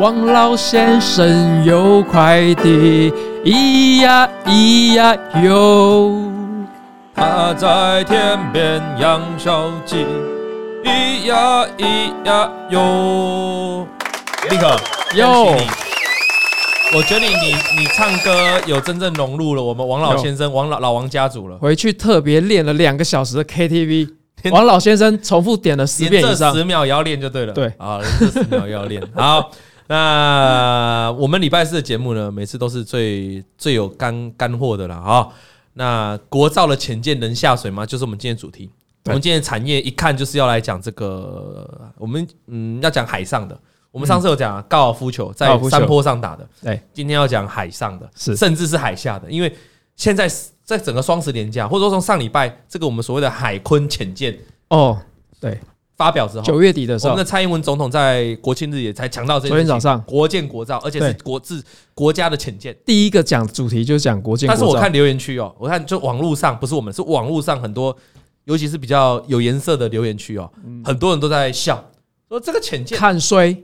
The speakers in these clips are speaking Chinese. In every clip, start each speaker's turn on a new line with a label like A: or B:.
A: 王老先生有快递，咿呀咿呀哟。
B: 他在天边养小鸡，咿呀咿呀哟。立刻，
A: 哟
B: 恭喜你！我觉得你你你唱歌有真正融入了我们王老
A: 有
B: 先生、王老老王家族了，
A: 回去特别练了两个小时的 KTV，王老先生重复点了十遍
B: 连
A: 以
B: 这
A: 上。
B: 十秒也要练就对了。
A: 对
B: 啊，连这十秒也要练。 好，那我们礼拜四的节目呢，每次都是最最有干干货的了哈。那国造的潜舰能下水吗？就是我们今天的主题。我们今天的产业一看就是要来讲这个，我们嗯要讲海上的。我们上次有讲啊高尔夫球
A: 高
B: 在
A: 尔夫球
B: 山坡上打的，
A: 对，
B: 今天要讲海上的，
A: 是
B: 甚至是海下的，因为现在在整个双十连假，或者说从上礼拜这个我们所谓的海坤潜舰
A: 哦，对，
B: 发表之后，
A: 九月底的时
B: 哦我们
A: 候
B: 的，蔡英文总统在国庆日也才强调这件
A: 昨
B: 事
A: 天早
B: 情，
A: 上
B: 国建国造，而且是国自国家的浅见。
A: 第一个讲主题就是讲国建
B: 但是
A: 国
B: 我
A: 造
B: 看，留言区哦，我看就网络上不是我们，是网络上很多，尤其是比较有颜色的留言区哦，很多人都在笑说这个浅见
A: 嗯看衰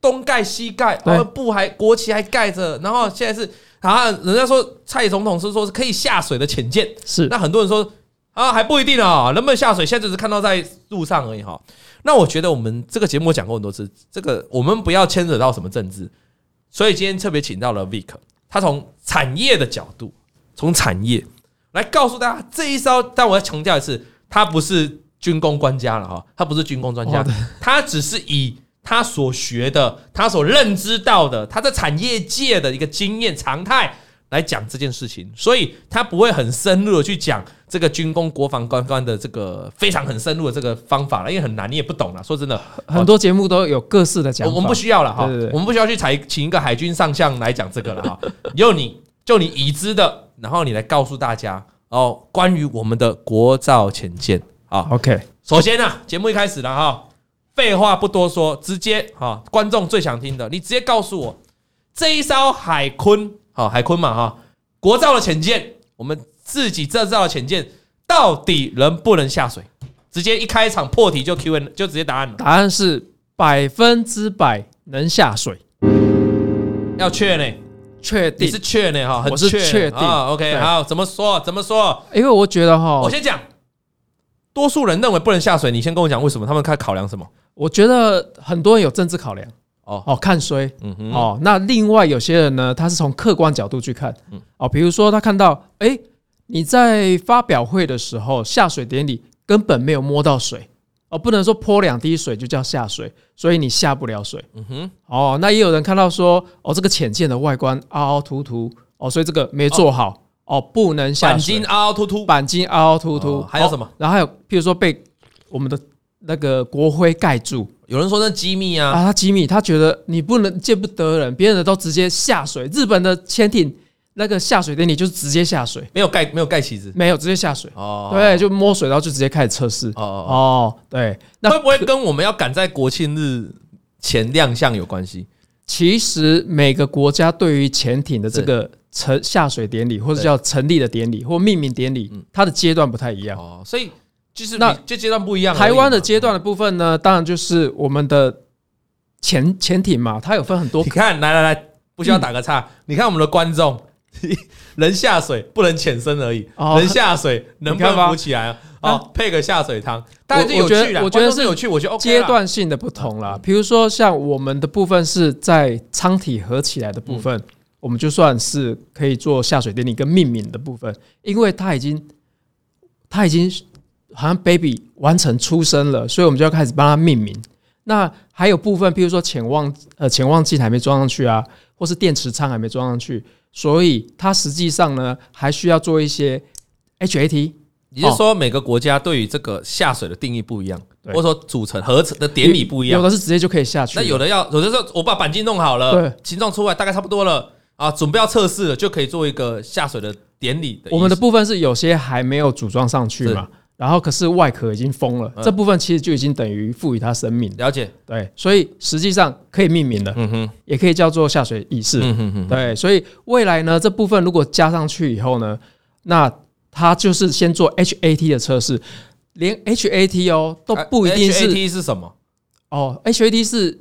B: 东盖西盖，
A: 对
B: 然后布还国旗还盖着，然后现在是啊，人家说蔡总统是说是可以下水的浅见，
A: 是
B: 那很多人说啊，还不一定啊，能不能下水，现在只是看到在路上而已哈。那我觉得我们这个节目我讲过很多次，这个我们不要牵扯到什么政治，所以今天特别请到了 Vic，他从产业的角度，从产业来告诉大家这一招。但我要强调一次，他不是军工专家了哈，他不是军工专家
A: 哦对，
B: 他只是以他所学的、他所认知到的、他在产业界的一个经验常态来讲这件事情，所以他不会很深入的去讲这个军工、国防、官官的这个非常很深入的这个方法了，因为很难，你也不懂了。说真的，
A: 很多节目都有各式的讲
B: 我
A: 法，
B: 我们不需要了哈
A: 对对对，
B: 我们不需要去采请一个海军上将来讲这个 了哈，就你就你已知的，然后你来告诉大家哦，关于我们的国造潜舰啊。
A: OK，
B: 首先呢、啊，节目一开始了哈，废话不多说，直接哈，观众最想听的，你直接告诉我这一艘海坤，好海坤嘛哈，国造的潜舰，我们自己制造的潜舰到底能不能下水？直接一开场破题就 Q&A 就直接答案了，
A: 答案是百分之百能下水，
B: 要确呢、
A: 确
B: 你
A: 定
B: 是。确呢哈，很
A: 我是确定
B: 啊。OK，
A: 对哦
B: 好，怎么说？怎么说？
A: 因为我觉得哈，
B: 我先讲，多数人认为不能下水，你先跟我讲为什么？他们看考量什么？
A: 我觉得很多人有政治考量
B: 哦，
A: 哦，看衰
B: 嗯哼，
A: 哦。那另外有些人呢，他是从客观角度去看
B: 嗯
A: 哦，比如说他看到，哎，你在发表会的时候下水典礼根本没有摸到水哦，不能说泼两滴水就叫下水，所以你下不了水
B: 嗯哼，
A: 哦。那也有人看到说，哦，这个浅见的外观凹凹凸凸哦，所以这个没做好哦，不能下
B: 钣
A: 水
B: 金。凹凹凸凸，
A: 钣金凹凹凸凸
B: 哦，还有什么
A: 哦然后还有，譬如说被我们的那个国徽盖住
B: 有人说那机密
A: 啊，
B: 啊，
A: 他吉米他觉得你不能见不得人，别人的都直接下水，日本的潜艇那个下水典礼就是直接下水，
B: 没有盖没有盖旗子
A: 没有直接下水，
B: 哦，
A: 对，就摸水然后就直接开始测试，
B: 哦，
A: 哦，对，那
B: 会不会跟我们要赶在国庆日前亮相有关系？
A: 其实每个国家对于潜艇的这个成下水典礼，或者
B: 对嗯
A: 叫成立的典礼或命名典礼，它的阶段不太一样。
B: 哦，所以就是
A: 那
B: 那这阶段不一样而已嘛，
A: 台湾的阶段的部分呢，当然就是我们的潜潜艇嘛，它有分很多
B: 你看，来来来，不需要打个
A: 嗯
B: 岔。你看我们的观众， 人下水不能浅身而已，
A: 哦
B: 人下水能不
A: 你看吧
B: 能浮起来啊？
A: 啊
B: 哦，配个下水汤，当然是
A: 我
B: 有
A: 觉得
B: 趣啦。
A: 我觉得
B: 观众
A: 是
B: 是有趣，我觉得 OK
A: 阶
B: 啦。
A: 段哦性的不同啦。比如说像我们的部分是在舱体合起来的部
B: 嗯
A: 分，我们就算是可以做下水典礼跟命名的部分，因为它已经它已经好像 baby 完成出生了，所以我们就要开始帮它命名。那还有部分，比如说潜望呃潜望镜还没装上去啊，或是电池舱还没装上去，所以它实际上呢还需要做一些 HAT
B: 你是说每个国家对于这个下水的定义不一样，
A: 对
B: 或者说组成合成的典礼不一
A: 有
B: 样？
A: 的是直接就可以下去
B: 那
A: 了，
B: 有的要，有的时候我把板筋弄好了
A: 对，
B: 形状出来大概差不多了啊，准备要测试了，就可以做一个下水的典礼的意思。
A: 我们的部分是有些还没有组装上去嘛，然后可是外壳已经封了，
B: 嗯
A: 这部分其实就已经等于赋予它生命了。
B: 了解，
A: 对，所以实际上可以命名的，
B: 嗯哼，
A: 也可以叫做下水仪式。
B: 嗯哼哼，
A: 对，所以未来呢，这部分如果加上去以后呢，那它就是先做 HAT 的测试，连
B: 呃
A: HAT 哦都不一定是、
B: HAT 是什么？
A: 哦，HAT 是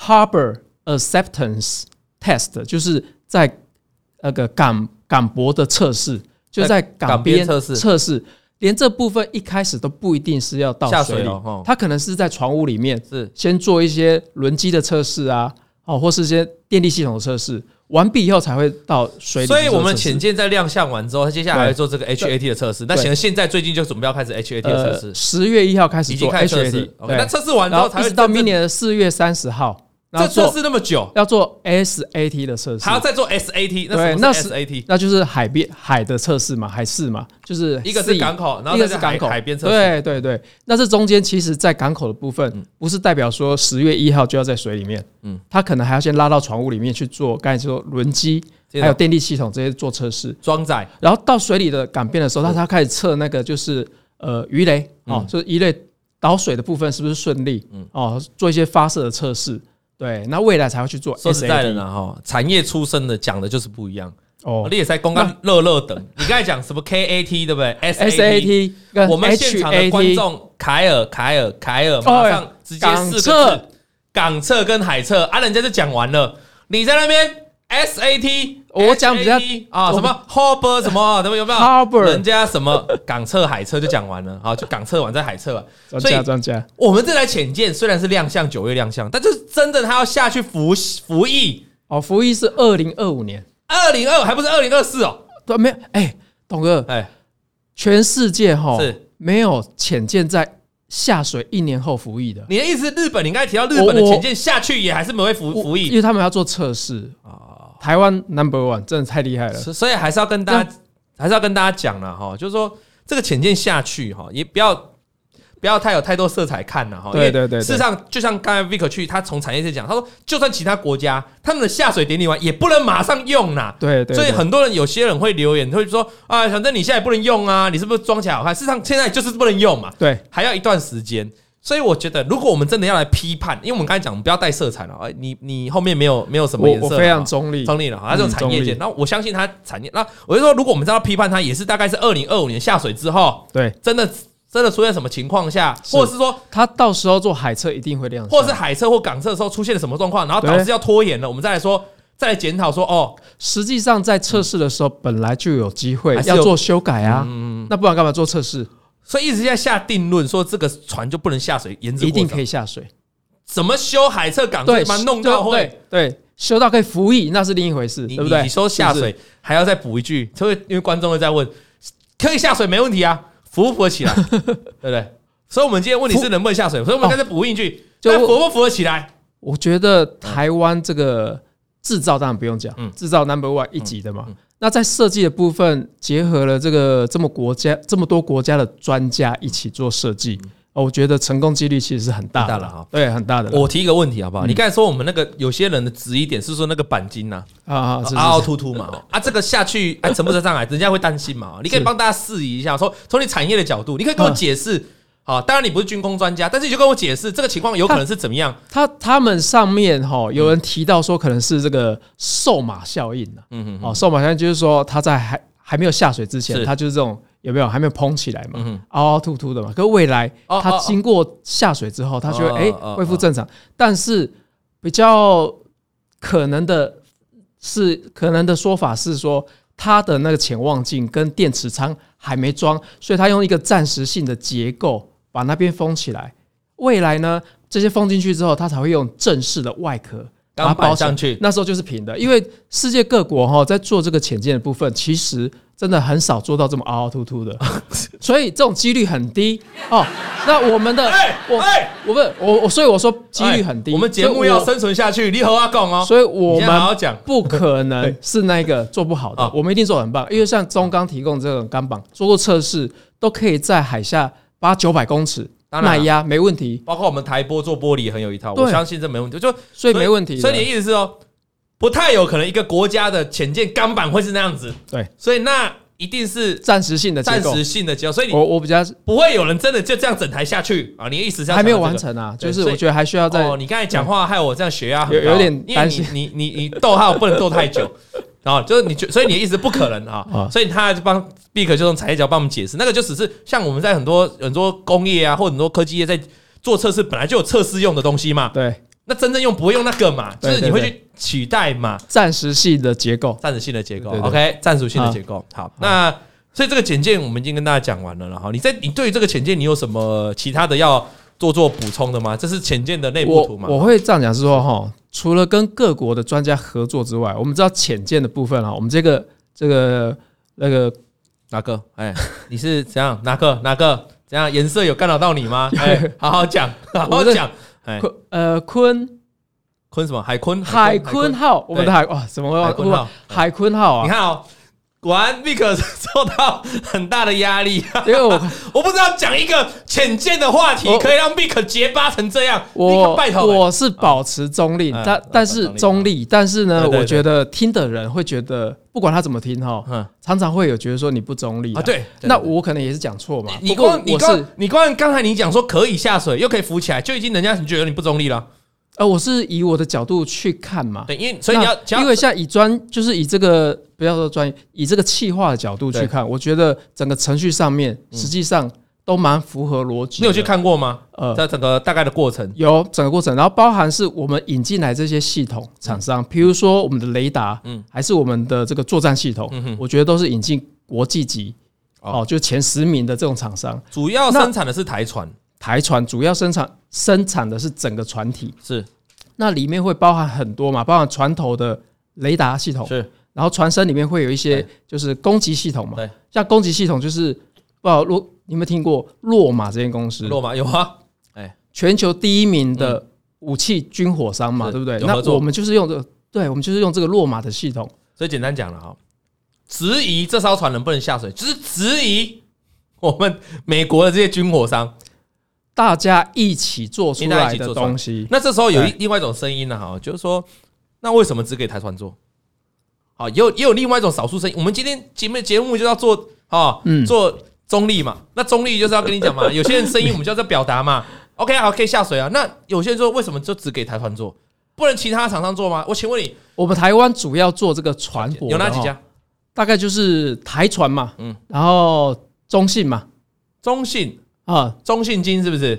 A: Harbor acceptance test，就是在那个港港博的测试，就在港边
B: 港边测试
A: 测试。连这部分一开始都不一定是要到
B: 下
A: 水
B: 水哦
A: 里
B: 了，哈，
A: 它可能是在船坞里面
B: 是
A: 先做一些轮机的测试啊，哦，或是一些电力系统的测试，完毕以后才会到水里去做
B: 所
A: 测
B: 以
A: 试。
B: 我们潜舰在亮相完之后，它接下来
A: 对
B: 会做这个 HAT 的测试。那
A: 对
B: 行，现在最近就准备要开始 HAT 的测
A: 呃
B: 试，
A: 十月一号开始
B: 已经
A: 做
B: 开始测试
A: HAT，。
B: OK，那
A: 对，
B: 测试完之
A: 然
B: 后
A: 后
B: 才
A: 一
B: 会
A: 直到明年的四月三十号，然
B: 这
A: 后
B: 测
A: 做
B: 试那么久，
A: 要做 SAT 的测试
B: 还，要再做 SAT，那
A: 对
B: 什么
A: 那
B: 是
A: 是
B: SAT？
A: 那就是海边海的测试嘛，海试嘛，就是
B: 一个
A: 试
B: 是
A: 以
B: 港口，然后
A: 一
B: 再
A: 个是
B: 海
A: 港口
B: 海边测试。
A: 对对对，那这中间其实，在港口的部分，不是代表说十月一号就要在水里面，
B: 嗯
A: 嗯，他可能还要先拉到船坞里面去做，刚才说轮机
B: 接着
A: 还有电力系统这些做测试，
B: 装载
A: 然后到水里的港边的时
B: 嗯
A: 候，他他开始测那个就是呃鱼雷哦，就是鱼雷导水的部分是不是顺利，
B: 嗯
A: 哦，做一些发射的测试，对，那未来才会去做 SAT。
B: 说实在的呢，哈，产业出身的讲的就是不一样。
A: 哦
B: 你也在公干乐乐等，你刚才讲什么 KAT 对不对
A: ，SAT 跟
B: 我们现场的
A: HAT
B: 观众凯尔凯尔凯尔马
A: 哎
B: 上直接四个字
A: 港，
B: 港测跟海测啊，人家就讲完了，你在那边 SAT。
A: 我讲比较
B: HAT 啊，
A: 我
B: 什么 Harbor 什么，什么有没有
A: Harbor
B: 人家什么港测、海测就讲完了，好，就港测完再海测完。
A: 专
B: 所以
A: 家专家，
B: 我们这台潜舰虽然是亮相九月亮相，但就是真的他要下去服服役，
A: 哦，服役是二零二五年。
B: 二零二还不是二零二四哦，
A: 对，没有，哎、董哥，
B: 哎，
A: 全世界哈
B: 是
A: 没有潜舰在下水一年后服役的，
B: 你的意思是日本？你刚才提到日本的
A: 我我
B: 潜舰下去也还是没会服服
A: 因
B: 役
A: 为他们要做测试。
B: 啊，
A: 台湾 number one 真的太厉害了，
B: 所所以还是要跟大家还是要跟大家讲了哈，就是说这个潜舰下去哈，也不要不要太有太多色彩看了哈，
A: 对
B: 因为
A: 对对对
B: 事实上，就像刚才 Vic 去他从产业界讲，他说就算其他国家他们的下水典礼完也不能马上用啦，
A: 对对
B: 所以
A: 对，
B: 很多人有些人会留言，会说啊，反正你现在不能用啊，你是不是装起来好看？事实上现在就是不能用嘛，
A: 对
B: 还要一段时间。所以我觉得，如果我们真的要来批判，因为我们刚才讲，我们不要带色彩了，哎，你你后面没有没有什么
A: 我
B: 颜色啊
A: 我
B: 了
A: 非常
B: 哈
A: 中立，
B: 中立了哈，它这种
A: 嗯
B: 产业
A: 中
B: 界，
A: 立
B: 那我相信它产业，那我就说，如果我们真的要批判它，也是大概是二零二五年下水之后，
A: 对
B: 真的真的出现什么情况下，
A: 是
B: 或者是说，
A: 他到时候做海测一定会亮相，
B: 或者是海测或港测的时候出现了什么状况，然后导致
A: 对
B: 要拖延了，我们再来说，再来检讨说，哦，
A: 实际上在测试的时候本来就有机会
B: 还是有
A: 要做修改啊，那不然干嘛做测试？
B: 所以一直在下定论说这个船就不能下水，沿着
A: 一定可
B: 以，
A: 以下水，
B: 怎么修海测港测，
A: 对，
B: 把它弄到会嗯
A: 对对，修到可以服役那是另一回事，
B: 你
A: 对不对？
B: 你说下
A: 是不是
B: 水还要再补一句，所以因为观众会在问，可以下水没问题啊，浮不浮得起来， 对不对？所以我们今天问题是能不能下水，所以我们刚才补一句，
A: 就
B: 那浮不浮得起来？
A: 我觉得台湾这个制造当然不用讲
B: 嗯，
A: 制造 number one 一级的嘛。那在设计的部分，结合了这个这么国家这么多国家的专家一起做设计，哦我觉得成功几率其实是很大
B: 嗯很大
A: 的
B: 了哈
A: 对，很大的啦。
B: 我提一个问题好不好？你刚才说我们那个有些人的质疑点是说那个钣金呐
A: 啊，是是是
B: 凹凹凸凸嘛，哦啊这个下去啊沉不沉上来，人家会担心嘛。哦你可以
A: 是
B: 帮大家示意一下，说从你产业的角度，你可以跟我解释。好，当然你不是军工专家，但是你就跟我解释这个情况有可能是怎么样。
A: 他他们上面哈有人提到说，可能是这个瘦马效应啊。
B: 嗯
A: 哦，瘦马效应就是说他在还还没有下水之前
B: 是，
A: 它就是这种有没有还没有膨起来
B: 嗯哼
A: 嘛，凹凹凸凸的嘛。可未来
B: 哦哦
A: 它
B: 哦
A: 经过下水之后，它就
B: 哦
A: 会哎
B: 哦哦
A: 恢复正常。但是比较可能的是，可能的说法是说。它的那个潜望镜跟电池舱还没装，所以它用一个暂时性的结构把那边封起来。未来呢，这些封进去之后，它才会用正式的外壳把它
B: 钢板
A: 包起来
B: 上去
A: 那时候就是平的，因为世界各国哈在做这个潜舰的部分，其实真的很少做到这么凹凹凸凸 的，所以这种几率很低哦。那我们的
B: 哎
A: 我
B: 哎
A: 我不是我我，所以我说几率很低。
B: 哎我们节目
A: 所以
B: 要
A: 我
B: 生存下去，你和我讲哦。
A: 所以我
B: 你先好好
A: 们
B: 讲，
A: 不可 能是那个做不好的
B: 哦，
A: 我们一定做得很棒。因为像中钢提供这种钢板做过测试，都可以在海下八九百公尺
B: 当然啊
A: 耐压没问题，
B: 包括我们台玻做玻璃也很有一套，
A: 对
B: 我相信这没问题。就
A: 所以没问题的。
B: 所以你的意思是说，不太有可能一个国家的潜舰钢板会是那样子。
A: 对，
B: 所以那一定是
A: 暂时性的结
B: 暂
A: 构
B: 时，性的结构，所以你
A: 我我比较
B: 不会有人真的就这样整台下去啊。你的意思是要
A: 还没有
B: 讲到
A: 完
B: 这个？
A: 成啊，
B: 对
A: 就是
B: 所以
A: 我觉得还需要再
B: 哦，你刚才讲话害我这样血压很高
A: 嗯有有点
B: 因为
A: 担
B: 你
A: 心
B: 你你你逗号不能逗太 久，然后就是你觉，所以你的意思不可能啊
A: 啊，
B: 所以他就帮毕可就从产业角帮我们解释，那个就只是像我们在很多很多工业啊，或者很多科技业在做测试，本来就有测试用的东西嘛，
A: 对
B: 那真正用不会用那个嘛，就
A: 对
B: 是你会
A: 对
B: 去取代嘛，
A: 暂时性的结构。
B: 暂时性的结构
A: 对对
B: ，OK，暂时性的结构。好，那所以这个简介我们已经跟大家讲完了，然后你在你对于这个简介你有什么其他的要做做补充的吗？这是简介的内部
A: 我
B: 图嘛？
A: 我会这样讲是说哈，除了跟各国的专家合作之外，我们知道浅见的部分啊哈，我们这个这个那个
B: 哪个？哎，你是怎样？哪个？哪个？怎样？颜色有干扰到你吗？哎，好好讲，好好
A: 我在
B: 讲。哎，
A: 昆呃昆
B: 坤什么？海坤？
A: 海坤号，我们的海哇怎么会
B: 海坤号
A: 哇海坤号
B: 你
A: 啊？
B: 看哦，果然 Vick 受到很大的压力。
A: 因为我
B: 我不知道讲一个浅见的话题，
A: 我
B: 可以让 Vick 结巴成这样。Vick
A: 我
B: 拜托，
A: 我是保持中立，
B: 嗯
A: 但
B: 嗯
A: 但是
B: 保持中
A: 中立，但是
B: 对
A: 呢，
B: 对对
A: 我觉得听的人会觉得，不管他怎么听哈，
B: 嗯
A: 常常会有觉得说你不中立
B: 啊，对，
A: 那我可能也是讲错嘛。
B: 你
A: 不过
B: 光你
A: 我
B: 光
A: 是
B: 你光刚才你讲说可以下水又可以浮起来，就已经人家觉得你不中立了。
A: 呃，我是以我的角度去看嘛。
B: 对，因为所以你要
A: 那
B: 只要
A: 因为像以专就是以这个不要说专业，以这个企划的角度去
B: 对嗯
A: 看，我觉得整个程序上面实际上都蛮符合逻辑的。
B: 你有去看过吗？
A: 呃
B: 在整个大概的过程，
A: 有整个过程，然后包含是我们引进来这些系统厂商，比如说我们的雷达，
B: 嗯
A: 嗯，还是我们的这个作战系统，
B: 嗯哼
A: 我觉得都是引进国际级，
B: 哦
A: 哦，就前十名的这种厂商。
B: 主要
A: 那
B: 生产的是台船，
A: 台船主要生产生产的是整个船体，
B: 是
A: 那里面会包含很多嘛，包含船头的雷达系统，
B: 是
A: 然后船身里面会有一些就是攻击系统嘛
B: 对，
A: 像攻击系统就是不好洛，你有没有听过洛马这间公司？
B: 落马有啊，
A: 全球第一名的武器军火商嘛，
B: 是
A: 对不对？
B: 嗯有合
A: 那
B: 作
A: 我们就是用这个，对，我们就是用这个洛马的系统。
B: 所以简单讲了哈，质疑这艘船能不能下水，就是质疑我们美国的这些军火商。
A: 大家一起做出来的东西，
B: 那这时候有一另外一种声音呢，哈，就是说，那为什么只给台船做？好，也有也有另外一种少数声音。我们今天节目节目就是要做啊，
A: 嗯
B: 做中立嘛。那中立就是要跟 你讲嘛，有些人声音我们就要在表达嘛。OK，好，可以下水啊。那有些人说，为什么就只给台船做，不能其他厂商做吗？我请问你，
A: 我们台湾主要做这个船舶，
B: 有哪几？家？
A: 大概就是台船嘛，
B: 嗯
A: 嗯，然后中信嘛，
B: 中信、
A: 啊，
B: 中信金是不是？，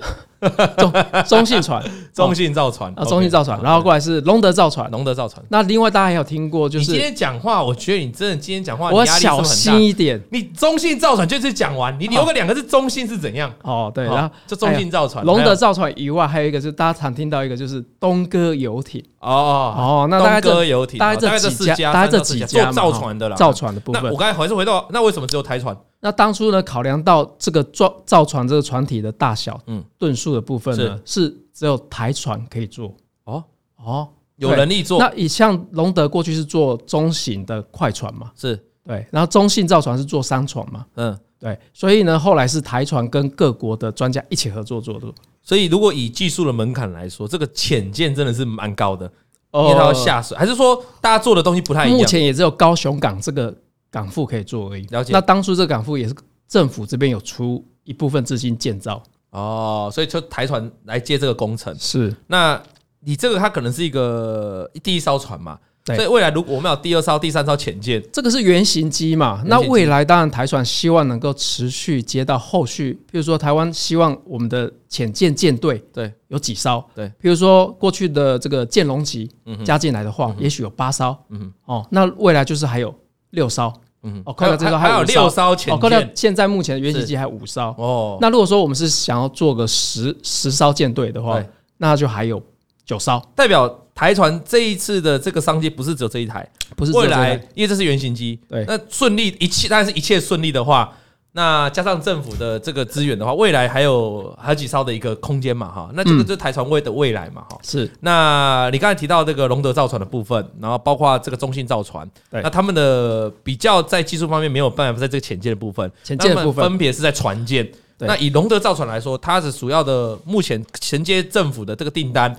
A: 中信船
B: 中信造船
A: 啊，中信造船，然后过来是隆德造船。
B: 龙德造船。
A: 那另外大家还有听过，就
B: 你今
A: 是
B: 天讲话，我觉得你真的今天讲话，你
A: 我
B: 压力是不
A: 小
B: 是很
A: 心
B: 大。
A: 一点
B: 你中信造船就是讲完，你留个两个字“中信”是怎样？
A: 哦，对，
B: 好
A: 然后
B: 就中信造船，
A: 隆
B: 还
A: 德
B: 有
A: 造船以外，还有一个就是大家常听到一个就是东哥游艇。
B: 哦，
A: 哦，那大概
B: 东
A: 这
B: 哥游艇，
A: 大概
B: 哦大概
A: 这
B: 四
A: 几家，大概这
B: 三到四
A: 几
B: 做
A: 家
B: 造
A: 嘛
B: 船的啦。
A: 造船的部
B: 那
A: 分
B: 我。刚才还是回到，那为什么只有台船？
A: 那当初呢，考量到这个造造船这个船体的大小，
B: 嗯
A: 嗯，吨数的部分呢，是只有台船可以做。
B: 哦
A: 哦，
B: 有能力做
A: 那以像隆德过去是做中型的快船嘛，
B: 是，
A: 对，然后中信造船是做商船嘛，
B: 嗯，
A: 对，所以呢，后来是台船跟各国的专家一起合作做的。
B: 所以如果以技术的门槛来说，这个浅见真的是蛮高的，因
A: 哦
B: 为它要下水，还是说大家做的东西不太一
A: 目
B: 样？
A: 前也只有高雄港这个港埠可以做而已。
B: 了解
A: 那当初这个港埠也是政府这边有出一部分资金建造，
B: 哦，所以就台船来接这个工程。
A: 是
B: 那你这个它可能是一个第一艘船嘛，
A: 对
B: 所以未来如果我们有第二艘、第三艘潜舰，
A: 这个是原型机嘛？
B: 原
A: 那
B: 型机
A: 未来当然台船希望能够持续接到后续，譬如说台湾希望我们的潜舰舰队
B: 对，
A: 有几艘，
B: 对
A: 譬如说过去的这个舰龙级加进来的话，也许有八艘，
B: 嗯
A: 嗯哦，那未来就是还有六艘，
B: 嗯，
A: 哦快到这艘
B: 还有还有
A: 还有五艘
B: 六艘
A: 哦，
B: 潜
A: 扣掉
B: 舰，
A: 现在目前的原型机还有五艘。
B: 哦，
A: 那如果说我们是想要做个十十艘舰队的话
B: 对，
A: 那就还有九艘，
B: 代表台船这一次的这个商机不是只有这一台，
A: 不是只有
B: 未
A: 这个
B: 来因为这是原型机，
A: 对
B: 那顺利一切，但是一切顺利的话。那加上政府的这个资源的话，未来还有好几艘的一个空间嘛，哈，那这个
A: 嗯
B: 就是台船位的未来嘛，哈。
A: 是
B: 那你刚才提到这个隆德造船的部分，然后包括这个中信造船，
A: 对
B: 那他们的比较在技术方面没有办法在这个潜舰的部分，
A: 潜舰的部分
B: 那他们分别是在船舰。
A: 对
B: 那以隆德造船来说，它是主要的目前衔接政府的这个订单。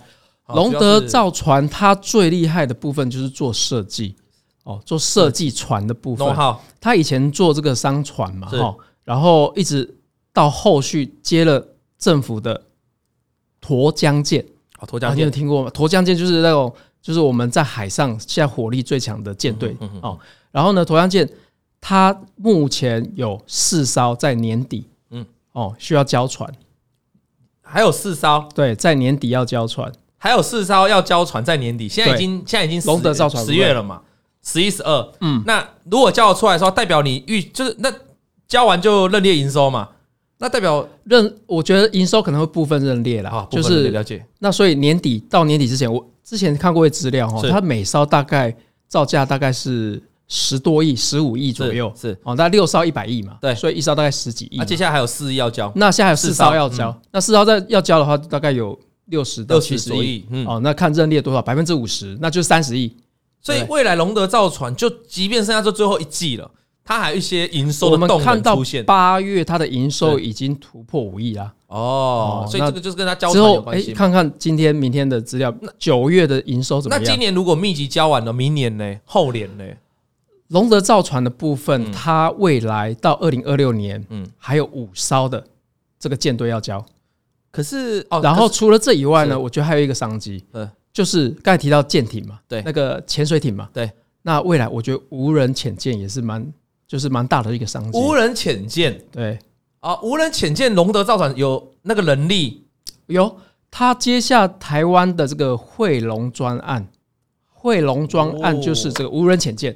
B: 好
A: 隆
B: 哦主要
A: 德
B: 是
A: 造船，它最厉害的部分就是做设计哦，做设计船的部分
B: know。how
A: 他以前做这个商船嘛，
B: 是
A: 哈，然后一直到后续接了政府的沱江舰，
B: 好沱
A: 啊
B: 江
A: 你有
B: 舰，
A: 听过吗？沱江舰就是那种，就是我们在海上现在火力最强的舰队
B: 嗯哼嗯
A: 哦。然后呢，沱江舰它目前有四艘在年底，
B: 嗯
A: 嗯，哦，需要交船，
B: 还有四艘，
A: 对，在年底要交船。
B: 还有四艘要交船在年底，现在已经现在已经
A: 龙德造船
B: 十月了嘛，十一十二，
A: 嗯
B: 那如果交得出来的话，代表你预就是那交完就认列营收嘛，那代表
A: 认，我觉得营收可能会部分认列啦，
B: 啊，部
A: 就
B: 分
A: 是
B: 人了解，
A: 那所以年底到年底之前，我之前看过一资料哦，
B: 是
A: 它每艘大概造价大概是十多亿、十五亿左右嗯
B: 是是
A: 哦，那六艘一百亿嘛，
B: 对
A: 所以一艘大概十几亿
B: 那、
A: 嘛。
B: 接下来还有四亿要交，
A: 哦那现在还有四艘
B: 四艘嗯
A: 要交，那四艘在要交的话，大概有六十到
B: 六
A: 七
B: 七
A: 十
B: 十
A: 亿
B: 亿，嗯，
A: 哦，那看认列多少，百分之五十，那就是三十亿。
B: 所以
A: 对
B: 未来龙德造船就即便剩下这最后一季了，它还有一些营
A: 我
B: 收的
A: 们
B: 动
A: 看
B: 能
A: 到
B: 出现
A: 八月它的营收已经突破五亿啦，
B: 哦
A: 哦，
B: 所以
A: 那
B: 这个就是跟它交
A: 之
B: 船有
A: 后
B: 关
A: 哎、
B: 系嘛。
A: 看看今天明天的资料，九月的营收怎么
B: 那
A: 样？
B: 今年如果密集交完了，明年呢？后年呢？
A: 龙德造船的部分，它未来到二零二六年，
B: 嗯
A: 嗯，还有五艘的这个舰队要交。
B: 可是哦，
A: 然后除了这以外
B: 是
A: 呢，我觉得还有一个商机，
B: 嗯
A: 嗯，就是刚才提到舰艇嘛，
B: 对
A: 那个潜水艇嘛，
B: 对。
A: 那未来我觉得无人潜舰也是蛮，就是蛮大的一个商机。
B: 无人潜舰
A: 对，
B: 啊，无人潜舰龙德造船有那个能力
A: 有他接下台湾的这个惠龙专案，惠龙专案就是
B: 哦
A: 这个无人潜舰，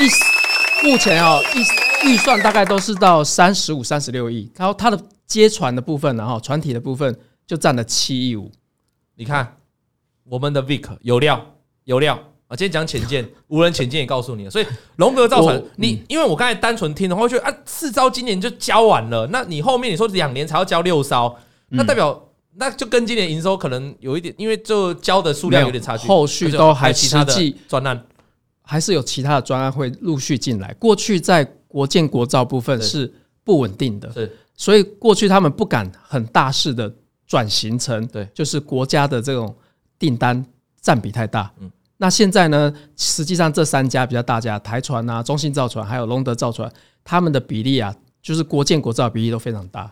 A: 一目前啊、一预算大概都是到三十五、三十六亿，然后它的接船的部分呢，然后船体的部分就占了七亿五，
B: 你看，我们的 Vic 有料有料啊！今天讲 潜舰，无人潜舰也告诉你了。所以龙格造船
A: 我，
B: 你因为我刚才单纯听的话，会觉得啊，四招今年就交完了，那你后面你说两年才要交六招，
A: 嗯
B: 那代表那就跟今年营收可能有一点，因为就交的数量有点差距。
A: 没有后续都还
B: 有其他
A: 实
B: 的
A: 际
B: 专案，
A: 还是有其他的专案会陆续进来。过去在国建国造部分
B: 对
A: 是不稳定的，
B: 是
A: 所以过去他们不敢很大势的转型成，
B: 对
A: 就是国家的这种订单占比太大。
B: 嗯
A: 嗯，那现在呢，实际上这三家比较大家，台船啊、中信造船还有龙德造船，他们的比例啊，就是国建国造的比例都非常大。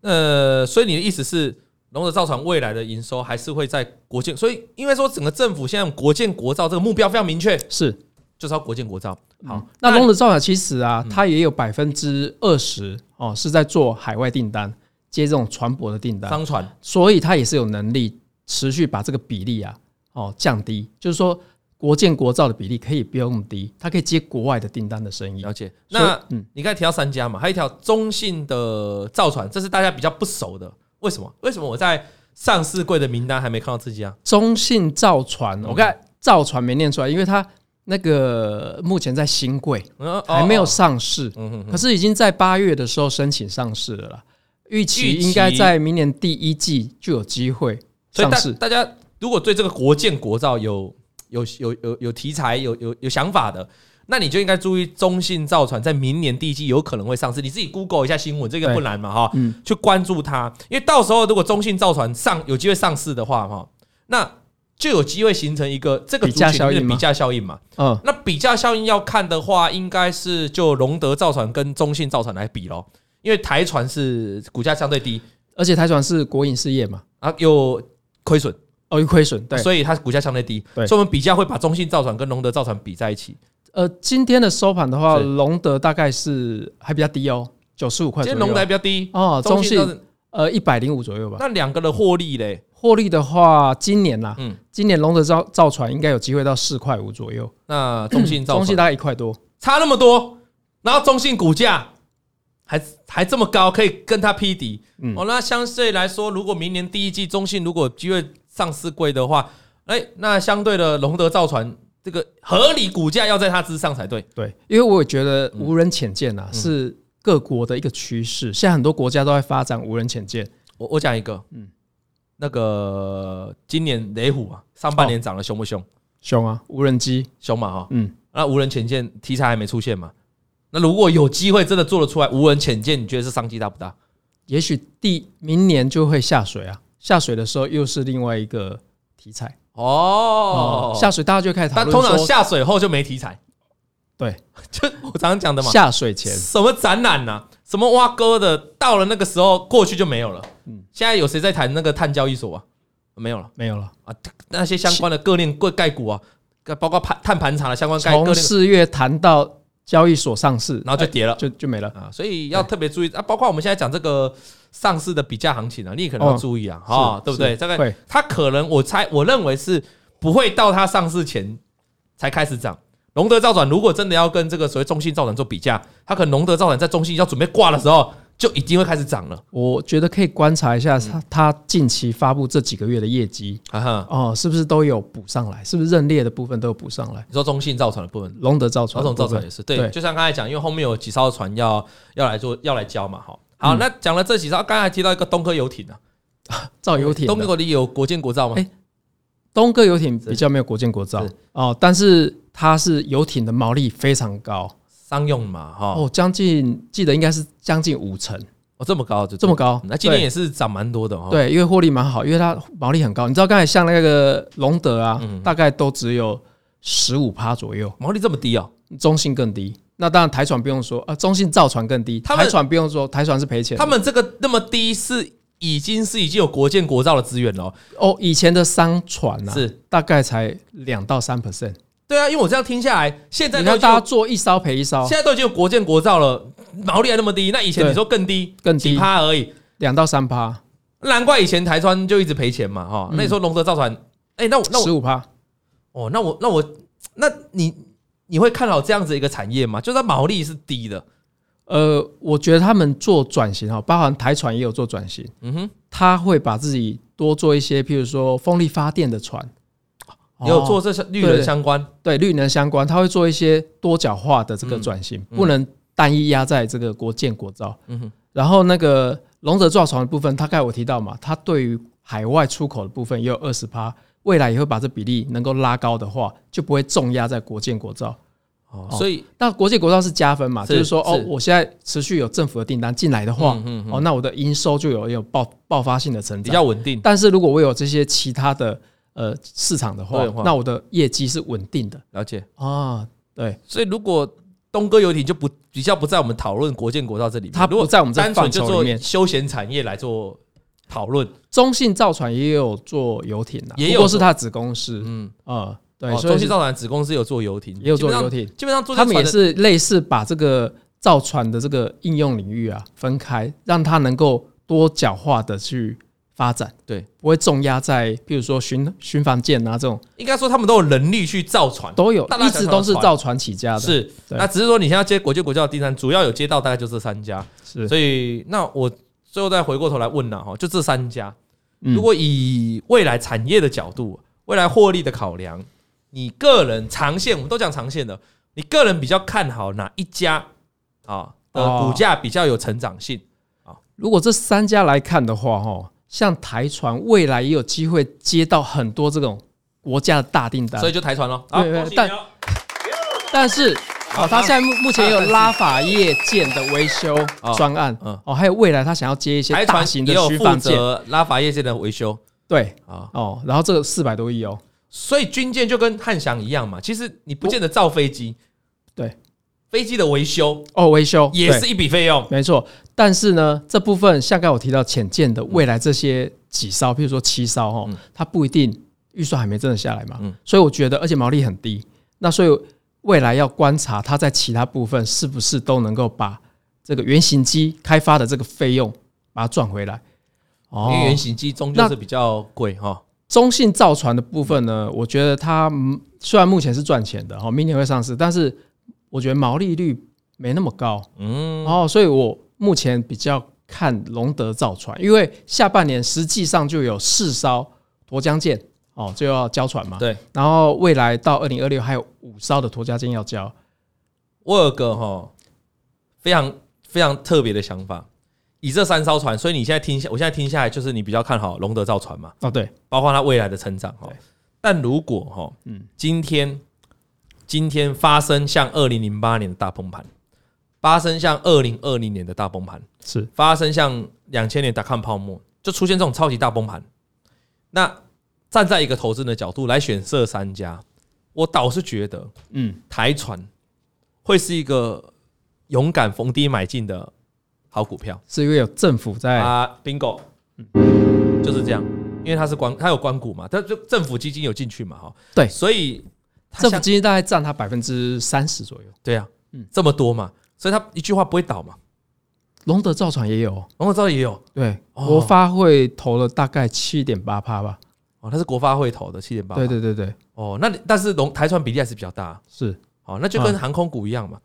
B: 呃，所以你的意思是，龙德造船未来的营收还是会在国建，所以因为说整个政府现在国建国造这个目标非常明确，
A: 是，嗯
B: 就是要国建国造。好，嗯
A: 那龙德造船其实啊，它也有百分之二十哦是在做海外订单，接这种船舶的订单。
B: 商船
A: 所以它也是有能力持续把这个比例啊，哦降低，就是说国建国造的比例可以不用那么低，它可以接国外的订单的生意
B: 了。解。
A: 所以
B: 那
A: 嗯，
B: 你刚才提到三家嘛，还有一条中信的造船，这是大家比较不熟的。为什么？为什么我在上市柜的名单还没看到这家？
A: 中信造船，
B: 嗯
A: 我刚才造船没念出来，因为它那个目前在新贵
B: 嗯，哦
A: 还没有
B: 哦
A: 上市，
B: 嗯哼哼
A: 可是已经在八月的时候申请上市了啦，预期
B: 预期
A: 应该在明年第一季就有机会
B: 所以
A: 上市。
B: 大大家如果对这个国建国造有有有有有题材、有有有想法的，那你就应该注意中信造船在明年第一季有可能会上市。你自己 Google 一下新闻，这个
A: 对
B: 不难嘛哈，
A: 嗯
B: 去关注它，因为到时候如果中信造船上有机会上市的话哈，那就有机会形成一个这个
A: 比
B: 族
A: 价
B: 群里面
A: 效应
B: 的
A: 吗
B: 比价效应嘛。
A: 嗯，
B: 那比价效应要看的话，应该是就龙德造船跟中信造船来比咯，因为台船是股价相对低
A: 而且台船是国营事业嘛，
B: 啊，又亏损。
A: 哦，有亏损，对，
B: 所以它股价相对低，
A: 对
B: 所以我们比价会把中信造船跟龙德造船比在一起。
A: 呃，今天的收盘的话，
B: 是
A: 龙德大概是还比较低哦，九十五块
B: 今
A: 左
B: 天
A: 右。
B: 龙德还比较低，
A: 哦，中
B: 造
A: 信
B: 船
A: 呃一百零五左右吧。
B: 那两个的获利嘞，
A: 获利的话，今年啦，
B: 嗯
A: 今年龙德造造船应该有机会到四块五左右，
B: 那中信造
A: 中信大
B: 船
A: 概一块多。
B: 差那么多，然后中信股价还还这么高，可以跟它匹敌。
A: 嗯
B: 哦，那相对来说，如果明年第一季中信如果有机会上市贵的话，哎，那相对的龙德造船这个合理股价要在它之上才对。
A: 对，因为我也觉得
B: 嗯
A: 无人潜舰啊、是各国的一个趋势，现在很多国家都在发展无人潜舰。
B: 我我讲一个，嗯，那个今年雷虎啊，上半年涨得凶不凶？
A: 凶啊，无人机，
B: 凶嘛哈，
A: 嗯，
B: 那无人潜舰题材还没出现嘛？那如果有机会真的做得出来无人潜舰，你觉得是商机大不大？
A: 也许第明年就会下水啊，下水的时候又是另外一个题材
B: 哦，
A: 下水大家就开始讨
B: 但
A: 论
B: 通常
A: 说
B: 下水后就没题材，
A: 对
B: 就我常常讲的嘛，
A: 下水前
B: 什么展览呐、什么挖沟的，到了那个时候过去就没有了。
A: 嗯
B: 现在有谁在谈那个碳交易所啊？没有了
A: 没有了。
B: 啊，那些相关的各链各概股啊，包括盘碳盘查的相关概各
A: 从
B: 链
A: 四月谈到交易所上市，哎
B: 然后就跌了
A: 就就没了。
B: 啊，所以要特别注意啊，包括我们现在讲这个上市的比价行情啊，你也可能
A: 哦
B: 要注意啊，哈、
A: 是
B: 对不对？
A: 是
B: 大概
A: 会
B: 它可能我猜我认为是不会到它上市前才开始涨。隆德造船如果真的要跟这个所谓中信造船做比价，它可能隆德造船在中信要准备挂的时候，就一定会开始涨了。
A: 我觉得可以观察一下
B: 嗯
A: 它它近期发布这几个月的业绩
B: 啊哈，
A: 哦，是不是都有补上来？是不是认列的部分都有补上来？
B: 你说中信造船的部分，
A: 龙德造
B: 老
A: 船的
B: 总
A: 部分，
B: 造船也是对，
A: 对
B: 就像刚才讲，因为后面有几艘船要要来做要来交嘛，哈。
A: 嗯
B: 好，那讲了这几艘，刚才还提到一个东科游艇啊，
A: 造游艇的，
B: 东科游艇有国建国造吗？
A: 哎东哥游艇比较没有国建国造
B: 是
A: 哦，但是它是游艇的毛利非常高
B: 商用嘛，哈，
A: 哦，将近记得应该是将近五成，
B: 哦，这么高就对
A: 这么高
B: 嗯那今年
A: 对
B: 也是涨蛮多的哦。，
A: 对，因为获利蛮好，因为它毛利很高。你知道刚才像那个隆德啊，
B: 嗯
A: 大概都只有十五趴左右，
B: 毛利这么低哦，
A: 中信更低。那当然台船不用说啊，中信造船更低，
B: 他们
A: 台船不用说，台船是赔钱的。
B: 他们这个那么低是已经是已经有国建国造的资源了哦，
A: 哦，以前的商船啊，
B: 是
A: 大概才两到三 percent。
B: 对啊，因为我这样听下来，现在
A: 你
B: 都
A: 看
B: 已经
A: 大家哦
B: 有
A: 做一艘赔一艘
B: 现，在都已经有国建国造了，毛利还那么低，那以前
A: 对
B: 你说更
A: 嗯
B: 低
A: 更
B: 几
A: 低
B: 趴而已，
A: 两到三趴，
B: 难怪以前台川就一直赔钱嘛，哈，
A: 嗯
B: 那你说龙德造船，哎，那我那我
A: 十五趴。
B: 哦，那我那我那你你会看好这样子一个产业吗？就是它毛利是低的，
A: 呃，我觉得他们做转型哈，哦包含台船也有做转型，
B: 嗯哼，
A: 他会把自己多做一些，譬如说风力发电的船，
B: 也有做这些绿
A: 对
B: 人
A: 对
B: 相关，
A: 哦对绿能相关，它会做一些多角化的这
B: 嗯
A: 个转型，不能单一压在这个国建国造。
B: 嗯哼，
A: 然后那个龙泽造船的部分，大概我提到嘛，它对于海外出口的部分也有二十趴，未来也会把这比例能够拉高的话，就不会重压在国建国造。
B: 哦，所以
A: 那国际国造是加分嘛，
B: 是
A: 就是说哦
B: 是，
A: 我现在持续有政府的订单进来的话，
B: 嗯
A: 哦，那我的营收就有有爆爆发性的成
B: 比
A: 长。
B: 较稳定。
A: 但是如果我有这些其他的呃市场的话
B: 多元化，
A: 那我的业绩是稳定的
B: 了解。哦
A: 啊。对，
B: 所以如果东哥游艇就不比较不在我们讨论国建国造这里面，
A: 它
B: 如果
A: 不在我们这
B: 单
A: 个范
B: 纯就
A: 畴里
B: 做
A: 面。
B: 休闲产业来做讨论，
A: 中信造船也有做游艇的，
B: 也有
A: 不过是它子公司
B: 嗯，
A: 啊。对
B: 哦，，
A: 所
B: 中信
A: 以
B: 造船子公司有做游艇，
A: 也有做游
B: 基本上，
A: 艇，
B: 基本上做
A: 他们也
B: 船的
A: 是类似把这个造船的这个应用领域啊分开，让它能够多角化的去发展。
B: 对，
A: 不会重压在，譬如说巡巡防舰啊这种
B: 应该说他们都有能力去造船，
A: 都有
B: 大，大
A: 一
B: 小小的
A: 直都是造船起家的，
B: 是。
A: 对
B: 那只是说你现在接国建国造的订单，主要有接到大概就这三家，
A: 是
B: 所以那我最后再回过头来问了哈，就这三家，
A: 嗯
B: 如果以未来产业的角度、未来获利的考量，你个人长线，我们都讲长线的，你个人比较看好哪一家啊的
A: 哦
B: 股价比较有成长性？
A: 如果这三家来看的话，哈，像台船未来也有机会接到很多这种国家的大订单，
B: 所以就台船咯。好，
A: 对对
B: 恭喜
A: 但
B: 你哦
A: 但是
B: 好
A: 哦，他现在目目前也有拉法叶舰的维修
B: 啊哦
A: 专案
B: 嗯，
A: 哦，还有未来他想要接一些
B: 台
A: 大
B: 船
A: 型
B: 也
A: 的
B: 有
A: 巡
B: 负
A: 防舰，
B: 责拉法叶舰的维修
A: 对，
B: 啊，
A: 哦，然后这个四百多亿哦，
B: 所以军舰就跟汉翔一样嘛，其实你不见得造飞机，
A: 对，
B: 飞机的维修
A: 哦，维修
B: 也
A: 对
B: 是一笔费用。
A: 没错，但是呢，这部分像刚才我提到浅见的未来这些几艘，譬如说七艘哦，它不一定预算还没真的下来嘛，
B: 嗯
A: 所以我觉得，而且毛利很低，那所以未来要观察它在其他部分是不是都能够把这个原型机开发的这个费用把它赚回来。哦
B: 因为原型机终究是比较贵哈。
A: 中信造船的部分呢，我觉得它嗯虽然目前是赚钱的哦，明年会上市，但是我觉得毛利率没那么高，嗯，哦，所以我目前比较看龙德造船，因为下半年实际上就有四艘沱江舰哦就要交船嘛，
B: 对，
A: 然后未来到二零二六还有五艘的沱江舰要交，
B: 我有个哈非常非常特别的想法，以这三艘船，所以你现在听下，我现在听下来就是你比较看好龙德造船嘛，
A: 哦对，
B: 包括它未来的成长哈
A: 对。
B: 但如果哈，
A: 嗯
B: 今天今天发生像二零零八年的大崩盘，发生像二零二零年的大崩盘。
A: 是
B: 发生像两千年 dot com 泡沫，就出现这种超级大崩盘。那站在一个投资人的角度来选这三家，我倒是觉得
A: 嗯
B: 台船会是一个勇敢逢低买进的好股票
A: 是因为有政府在、
B: 啊，bingo，就是这嗯样，因为它是关，它有关股嘛，它就政府基金有进去嘛，哈，
A: 对
B: 所以它
A: 政
B: 像
A: 府基金大概占它百分之三十左右，
B: 对啊，
A: 嗯
B: 这么多嘛，所以它一句话不会倒嘛。
A: 龙德造船也有，
B: 然后这也有
A: 对，
B: 哦
A: 国发会投了大概七点八趴吧。
B: 哦，它是国发会投的七点八，
A: 对对对对，
B: 哦，那你但是龙台船比例还是比较大，
A: 是
B: 哦，那
A: 嗯
B: 就跟航空股一样嘛，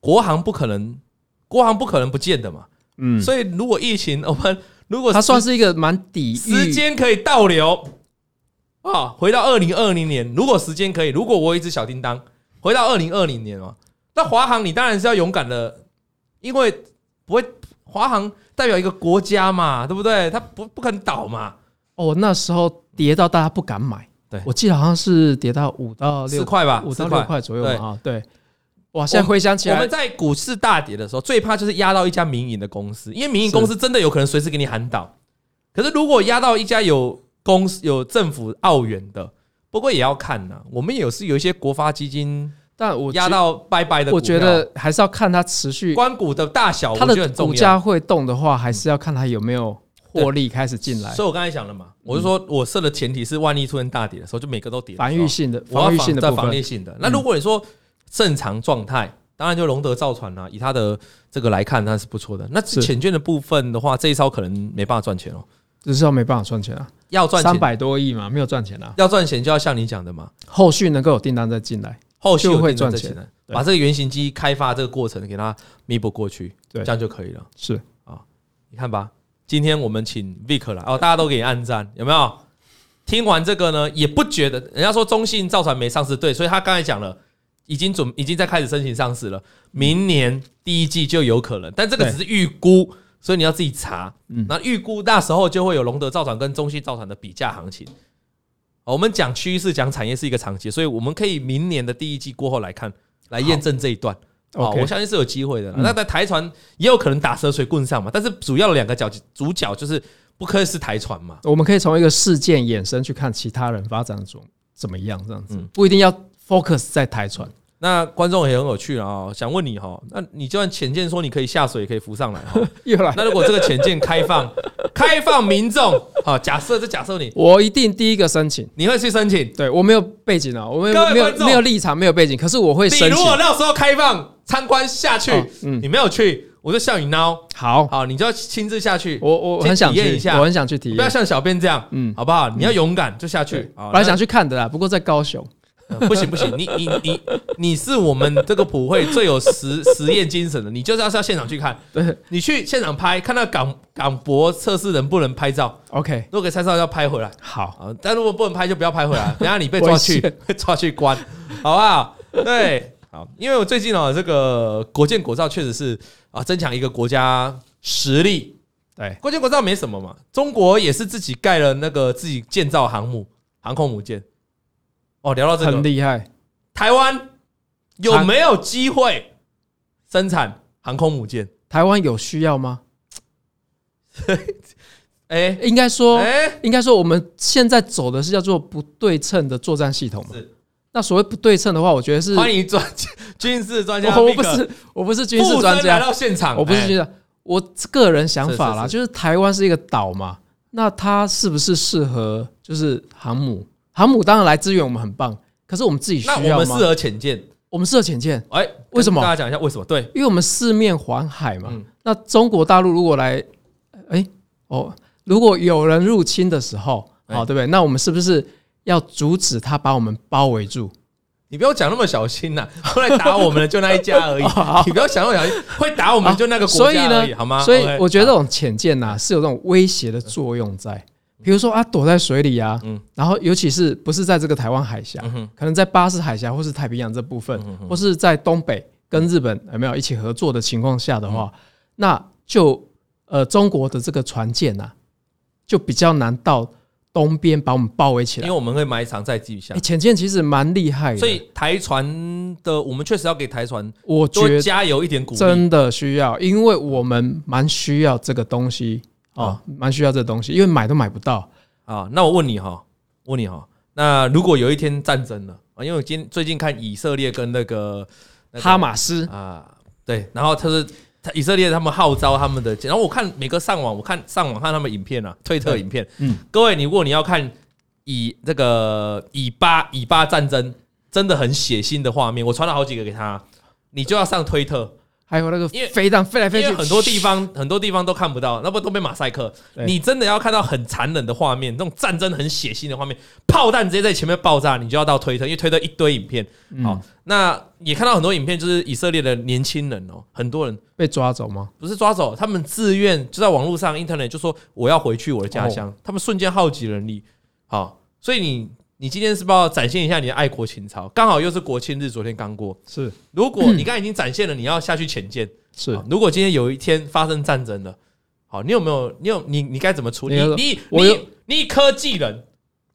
B: 国航不可能，国航不可能不见的嘛，
A: 嗯，
B: 所以如果疫情我们如果
A: 它算
B: 时
A: 是一个蛮抵
B: 时
A: 御，
B: 间可以倒流啊，回到二零二零年，如果时间可以，如果我有一只小叮当，回到二零二零年哦，那华航你当然是要勇敢的，因为不会华航代表一个国家嘛，对不对？它不不可能倒嘛，
A: 哦，那时候跌到大家不敢买。
B: 对
A: 我记得好像是跌到五到
B: 四
A: 六
B: 块吧，
A: 五
B: 四
A: 到六块左右
B: 对
A: 嘛啊，对。哇，现在回想起
B: 我
A: 来
B: 们，在股市大跌的时候，最怕就是压到一家民营的公司，因为民营公司真的有可能随时给你喊倒。可是如果压到一家有公司有政府澳元的，不过也要看呐、我们也有是有一些国发基金
A: 但我
B: 压
A: 觉
B: 到拜拜的股
A: 我觉
B: 票
A: 得还是要看它持续
B: 关股的大小，
A: 它
B: 我觉
A: 的
B: 得很
A: 股
B: 重要。
A: 价会动的话，还是要看它有没有获利开始进来，
B: 所以我刚才讲了嘛，我就说我设的前提是万一出现大跌的时候，就每个都跌的时候。
A: 防御性的
B: 我要
A: 防御性的
B: 在
A: 部
B: 防御
A: 分。
B: 性的。那如果你说正常状态，当然就龙德造船啦、以它的这个来看，它是不错的。那
A: 是
B: 浅券的部分的话，这一招可能没办法赚钱哦。
A: 只是说没办法赚钱啊，
B: 要赚
A: 三
B: 钱，
A: 百多亿嘛，没有赚钱啊。
B: 要赚钱就要像你讲的嘛，
A: 后续能够有订单再进来，
B: 后续有
A: 就会
B: 订单
A: 赚
B: 再
A: 钱
B: 进来，
A: 对
B: 把这个原型机开发这个过程给它弥补过去，
A: 对
B: 这样就可以了。
A: 是
B: 你看吧，今天我们请 Vic 来哦，大家都给你按赞，有没有？听完这个呢，也不觉得人家说中信造船没上市，对，所以他刚才讲了，已经准已经在开始申请上市了，明年第一季就有可能，但这个
A: 对
B: 只是预估，所以你要自己查。
A: 嗯
B: 那预估那时候就会有龙德造船跟中信造船的比价行情。哦我们讲趋势、讲产业是一个长期，所以我们可以明年的第一季过后来看，来验证这一段。哦，
A: OK
B: 我相信是有机会的啦。
A: 嗯
B: 那在台船也有可能打蛇随棍上嘛，但是主要的两个角主角就是不可以是台船嘛。
A: 我们可以从一个事件衍生去看其他人发展中怎么样，这样子
B: 嗯
A: 不一定要 focus 在台船。
B: 那观众也很有趣啊、哦，想问你哈、哦，那你就算浅见说你可以下水，也可以浮上来哈、哦。
A: 又来，
B: 那如果这个浅见开放， 开放民众，好、假设这假设你
A: 我一定第一个申请。
B: 你会去申请，
A: 对我没有背景啊，我没
B: 各
A: 有
B: 位
A: 没有
B: 观众
A: 没有立场，没有背景，可是我会
B: 你
A: 申
B: 如
A: 请。
B: 果到时候开放参观下去，
A: 哦嗯
B: 你没有去，我就笑你孬，哦
A: 好，
B: 好，你就要亲自下去，
A: 我我
B: 先
A: 很想
B: 体验
A: 去
B: 一下
A: 我很想去体
B: 不要
A: 验。
B: 像小编这样，
A: 嗯
B: 好不好？你要勇敢就下去。哦好
A: 本来想去看的啦，不过在高雄。
B: 呃不行不行，你你你你是我们这个普惠最有实实验精神的，你就是要上现场去看，
A: 对
B: 你去现场拍，看到港港博测试能不能拍照，
A: ，OK，
B: 如果可以拍照要拍回来
A: 好，
B: 啊，但如果不能拍就不要拍回来，等下你被抓去
A: 危
B: 被抓去关，好不好？对，好，因为我最近哦，这个国建国造确实是啊，增强一个国家实力。
A: 对，
B: 国建国造没什么嘛，中国也是自己盖了那个自己建造航母航空母舰。哦，聊到这个
A: 很厉害。
B: 台湾有没有机会生产航空母舰？
A: 台湾有需要吗？
B: 哎、
A: 应该说，
B: 哎、
A: 应该说我们现在走的是叫做不对称的作战系统嘛
B: 是。
A: 那所谓不对称的话，我觉得是，
B: 欢迎专军事专 家，
A: 我我不是我不是军事专
B: 来
A: 家，
B: 到现场，
A: 我不是
B: 哎
A: 军事，我个人想法啦，
B: 是是
A: 就是台湾是一个岛嘛，那它是不是适合就是航母？航母当然来支援我们很棒，可是我们自己需
B: 那
A: 要
B: 我
A: 吗
B: 们适？合潜舰，
A: 我们适合潜舰，
B: 哎、
A: 为什么
B: 跟大家讲一下为什么？对，
A: 因为我们四面环海嘛。
B: 嗯
A: 那中国大陆如果来，哎、哦，如果有人入侵的时候，哦
B: 哎
A: 好、对不对？那我们是不是要阻止他把我们包围住？
B: 你不要讲那么小心呐、 后来打我们的就那一 家而已，你不要想那么小心，会打我们就那个
A: 所
B: 国
A: 以
B: 家而已，
A: 呢，
B: 好吗？
A: 所以
B: OK，
A: 我觉得这种潜舰呐是有这种威胁的作用在，比如说啊，躲在水里啊，
B: 嗯
A: 然后尤其是不是在这个台湾海峡，
B: 嗯哼嗯
A: 可能在巴士海峡或是太平洋这部分，或是在东北跟日本有没有一起合作的情况下的
B: 嗯
A: 话，那就呃中国的这个船舰呐、就比较难到东边把我们包围起
B: 因
A: 来
B: 为。我们会埋藏在地下
A: 诶，潜舰其实蛮厉害的，
B: 所以台船的我们确实要给台船
A: 我
B: 多
A: 觉得
B: 加油一点鼓励。啊
A: 真的需要，因为我们蛮需要这个东西啊，蛮、需要这个东西，因为买都买不到。
B: 啊，那我问你哈，问你哈，那如果有一天战争了啊，因为我今最近看以色列跟那个、那个
A: 哈马斯
B: 啊，对，然后他是他以色列他们号召他们的，然后我看每个上网，我看上网看他们影片啊，推特
A: 对
B: 影片，
A: 嗯
B: 各位，你如果你要看以这个以巴以巴战争真的很血腥的画面，我传了好几个给他，你就要上推特，
A: 还有那个
B: 因为
A: 飞弹飞来
B: 因
A: 飞去，
B: 为很多地方很多地方都看不到，那不都被马赛克？
A: 对
B: 你真的要看到很残忍的画面，那种战争很血腥的画面，炮弹直接在前面爆炸，你就要到推特，因为推特一堆影片。
A: 嗯
B: 好，那也看到很多影片，就是以色列的年轻人哦，很多人
A: 被抓走吗？
B: 不是抓走，他们自愿就在网络上 internet 就说我要回去我的家
A: 哦
B: 乡，他们瞬间耗尽人力。好，所以你你今天是不是要展现一下你的爱国情操？刚好又是国庆日，昨天刚过。
A: 是
B: 如果
A: 嗯
B: 你刚才已经展现了，你要下去遣见。
A: 是
B: 好，如果今天有一天发生战争了，好，你有没有？你有你你该怎么处理？
A: 你
B: 你
A: 我
B: 你
A: 有
B: 你以科技人，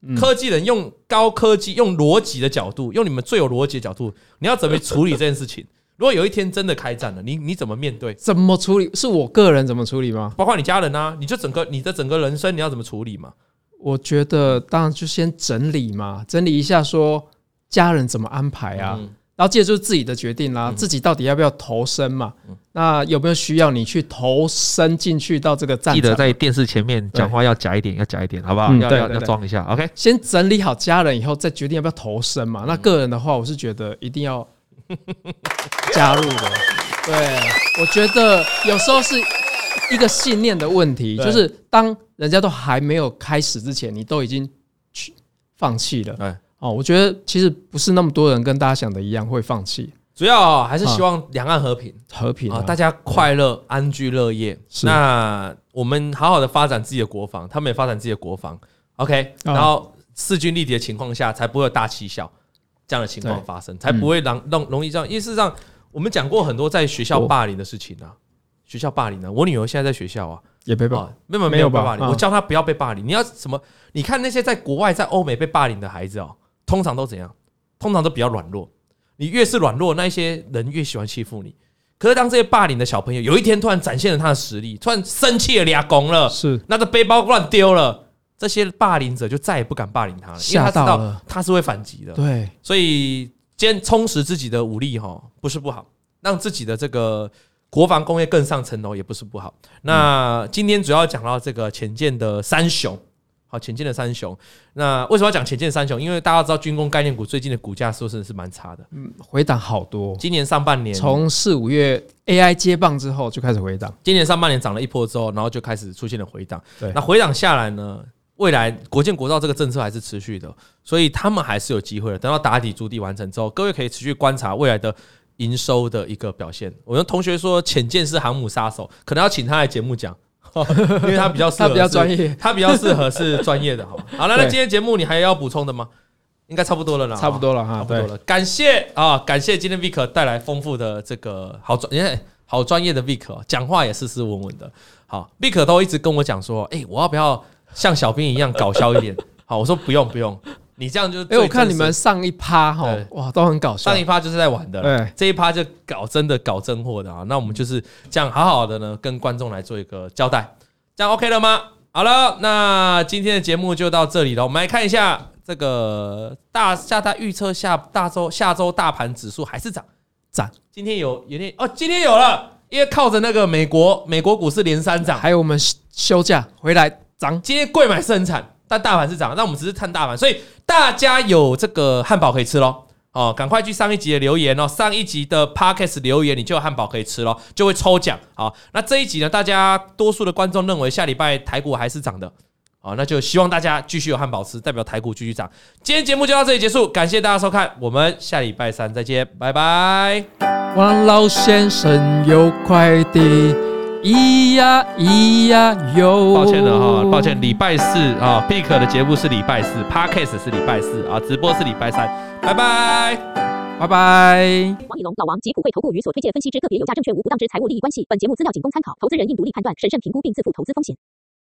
A: 嗯
B: 科技人用高科技、用逻辑的角度，用你们最有逻辑的角度，你要怎么处理这件事情？如果有一天真的开战了，你你怎么面对？
A: 怎么处理？是我个人怎么处理吗？
B: 包括你家人啊，你就整个你的整个人生你要怎么处理嘛？
A: 我觉得当然就先整理嘛，整理一下说家人怎么安排啊，
B: 嗯
A: 然后接着就是自己的决定啦、啊自己到底要不要投身嘛？
B: 嗯
A: 那有没有需要你去投身进去到这个战
C: 记得
A: 场？
C: 在电视前面讲话要夹一点，要夹一点，好不好？
A: 嗯
C: 要
A: 对
C: 要
A: 对
C: 要
A: 对
C: 装一下，OK？
A: 先整理好家人以后，再决定要不要投身
B: 嗯
A: 嘛。那个人的话，我是觉得一定要 加入的。对，我觉得有时候是一个信念的问题，
B: 对
A: 就是当人家都还没有开始之前，你都已经去放弃了。
B: 哎，
A: 哦，我觉得其实不是那么多人跟大家想的一样会放弃
B: 主要啊还是希望两岸和平
A: 和平
B: 啊，
A: 啊。
B: 大家快乐、安居乐业。
A: 是
B: 那我们好好的发展自己的国防，他们也发展自己的国防。OK，
A: 啊
B: 然后势均力敌的情况下，才不会有大欺小这样的情况
A: 对
B: 发生，才不会让让容易这样。因为事实上，我们讲过很多在学校
A: 我
B: 霸凌的事情啊，学校霸凌啊，我女儿现在在学校啊，
A: 也别
B: 啊
A: 吧，，
B: 没有
A: 没
B: 没有
A: 有
B: 被
A: 吧
B: 霸凌，
A: 啊
B: 我教他不要被霸凌。你要什么？你看那些在国外、在欧美被霸凌的孩子哦，通常都怎样？通常都比较软弱。你越是软弱，那一些人越喜欢欺负你。可是当这些霸凌的小朋友有一天突然展现了他的实力，突然生气了、俩拱了，
A: 是
B: 拿着背包乱丢了，这些霸凌者就再也不敢霸凌他了，因为他
A: 吓
B: 知
A: 到
B: 道
A: 了。
B: 他是会反击的。
A: 对，
B: 所以，先充实自己的武力哈，不是不好，让自己的这个国防工业更上层哦楼也不是不好。那今天主要讲到这个潜舰的三雄，好，潜舰的三雄。那为什么要讲潜舰三雄？因为大家知道军工概念股最近的股价说真的是蛮差的，
A: 回档好多，
B: 今年上半年
A: 从四五月 AI 接棒之后就开始回档。
B: 今年上半年涨了一波之后，然后就开始出现了回档
A: 对。
B: 那回档下来呢，未来国建国造这个政策还是持续的，所以他们还是有机会的。等到打底筑底完成之后，各位可以持续观察未来的营收的一个表现。我的同学说，浅见是航母杀手，可能要请他来节目讲， 因为他比较适合
A: 他比较专
B: 业，
A: 业，
B: 他比较适合是专业的，好吧？好了，那
A: 对
B: 今天节目你还要补充的吗？应该差不多了啦，
A: 差不多了哈
B: 啊差。不多
A: 对，
B: 了。感谢啊，感谢今天 Vic 带来丰富的这个好专，因为好专业的 Vic，哦讲话也斯斯文文的。好，Vic 都一直跟我讲说，哎、我要不要像小兵一样搞笑一点？ 好，我说不用不用，你这样就是
A: 哎，
B: 最
A: 我看
B: 真
A: 你
B: 实
A: 们上一趴哈
B: 对，
A: 哇，都很搞笑
B: 上。一趴就是在玩的啦
A: 对，
B: 这一趴就搞真的搞真货的啊。那我们就是这样好好的呢，跟观众来做一个交代，这样 OK 了吗？好了，那今天的节目就到这里了。我们来看一下这个大下大预测下大周下周大盘指数还是涨
A: 涨，
B: 今天有有点哦，今天有了，因为靠着那个美国美国股市连三涨，
A: 还有我们休休假回来涨，
B: 今天贵买是很惨，但大盘是涨，那我们只是看大盘，所以大家有这个汉堡可以吃咯。哦，赶快去上一集的留言哦，上一集的 podcast 留言你就有汉堡可以吃咯，就会抽奖。好、那这一集呢，大家多数的观众认为下礼拜台股还是涨的，哦，那就希望大家继续有汉堡吃，代表台股继续涨。今天节目就到这里结束，感谢大家收看，我们下礼拜三再见，拜拜。
A: 王老先生有快递，咿呀咿呀哟。
B: 抱歉了哈，抱歉，礼拜四啊，Pick 的节目是礼拜四，Podcast 是礼拜四啊，直播是礼拜三，拜拜。
A: 拜拜。
D: 王以龙、老王及普惠投顾与所推荐分析之个别有价证券无不当之财务利益关系。本节目资料仅供参考，投资人应独立判断、审慎评估并自负投资风险。